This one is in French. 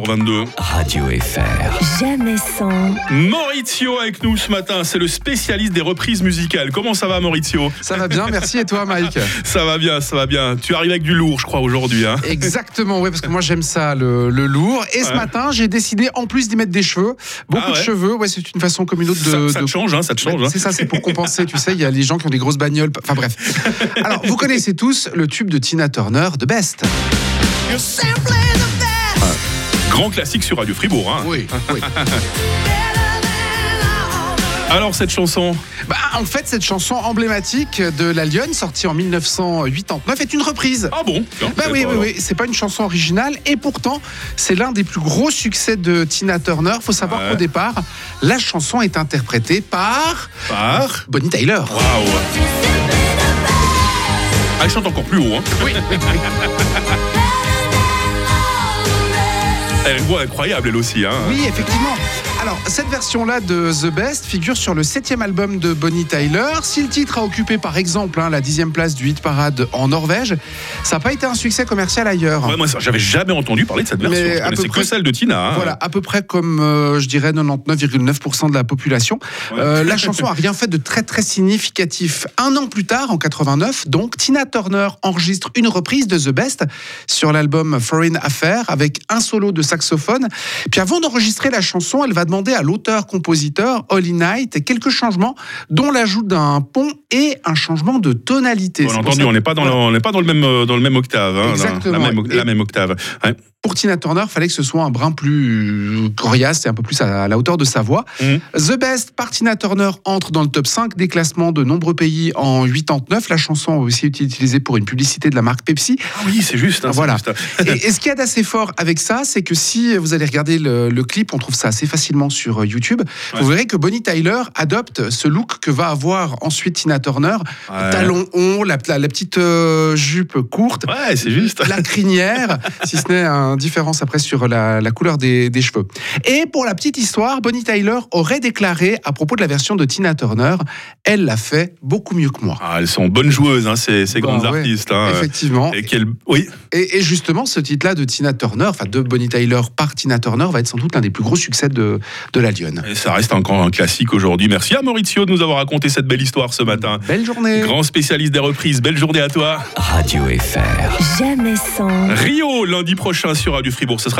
22 Radio FR. Jamais sans, Maurizio avec nous ce matin, c'est le spécialiste des reprises musicales. Comment ça va Maurizio Ça va bien, merci. Et toi, Mike Ça va bien, ça va bien. Tu arrives avec du lourd, je crois, aujourd'hui. hein. Exactement, oui, parce que moi j'aime ça, le, le lourd. Et ce Ouais. matin, j'ai décidé, en plus d'y mettre des cheveux, beaucoup Ah ouais. de cheveux, ouais, c'est une façon comme une autre ça, de. ça de- te change, hein, ça te change. Ouais, hein. C'est ça, c'est pour compenser, tu sais, il y a les gens qui ont des grosses bagnoles. Enfin bref. Alors, vous connaissez tous le tube de Tina Turner, The Best. Ah. Grand classique sur Radio Fribourg. hein. Oui, oui. Alors cette chanson, Bah, en fait, cette chanson emblématique de La Lionne, sortie en 1989, est une reprise. ah bon tiens, Bah je oui, savais pas, oui, alors. oui, c'est pas une chanson originale et pourtant c'est l'un des plus gros succès de Tina Turner. Faut savoir Ouais. qu'au départ, la chanson est interprétée par Par. Bonnie Tyler. Waouh. Ah, elle chante encore plus haut. Hein. Oui. Elle a une voix incroyable, elle aussi. Hein. Oui, effectivement. Alors, cette version-là de The Best figure sur le septième album de Bonnie Tyler. Si le titre a occupé, par exemple, hein, la dixième place du hit parade en Norvège, ça n'a pas été un succès commercial ailleurs. Ouais, moi, ça, j'avais jamais entendu parler de cette Mais version. Je à connaissais peu que près- celle de Tina. hein. Voilà, à peu près comme, euh, je dirais, 99,9% de la population. Ouais. Euh, la chanson a rien fait de très très significatif. Un an plus tard, en 89, donc, Tina Turner enregistre une reprise de The Best sur l'album Foreign Affair avec un solo de saxophone. Puis avant d'enregistrer la chanson, elle va demander à l'auteur-compositeur Holly Knight quelques changements, dont l'ajout d'un pont et un changement de tonalité. On C'est l'a pour entendu, ça- on n'est pas, dans le- Voilà. on n'est pas dans le même, euh, dans le même octave. hein, la- La, Exactement. même, la Et- même octave. Ouais. pour Tina Turner, fallait que ce soit un brin plus coriace et un peu plus à la hauteur de sa voix. Mhm. The Best par Tina Turner entre dans le top 5 des classements de nombreux pays en 89. La chanson a aussi été utilisée pour une publicité de la marque Pepsi. Ah oui, c'est juste. hein, c'est Voilà. juste. et, et ce qu'il y a d'assez fort avec ça, c'est que si vous allez regarder le, le clip, on trouve ça assez facilement sur euh, YouTube, Ouais. vous verrez que Bonnie Tyler adopte ce look que va avoir ensuite Tina Turner. Ouais. Talons hauts, la, la- la petite euh, jupe courte, Ouais, c'est juste. la crinière, si ce n'est une différence après sur la, la couleur des, des cheveux. Et pour la petite histoire, Bonnie Tyler aurait déclaré à propos de la version de Tina Turner, elle l'a fait beaucoup mieux que moi. Ah, elles sont bonnes joueuses, hein, ces, ces Bah grandes ouais, artistes. hein. Effectivement. Et quelle- Oui, Et, et justement, ce titre-là de Tina Turner, enfin de Bonnie Tyler par Tina Turner, va être sans doute l'un des plus gros succès de, de la Lyon. et ça reste encore un classique aujourd'hui. Merci à Maurizio de nous avoir raconté cette belle histoire ce matin. Belle journée. Grand spécialiste des reprises, belle journée à toi. Radio FR. jamais sans. Rio, lundi prochain sur Radio Fribourg. Ce sera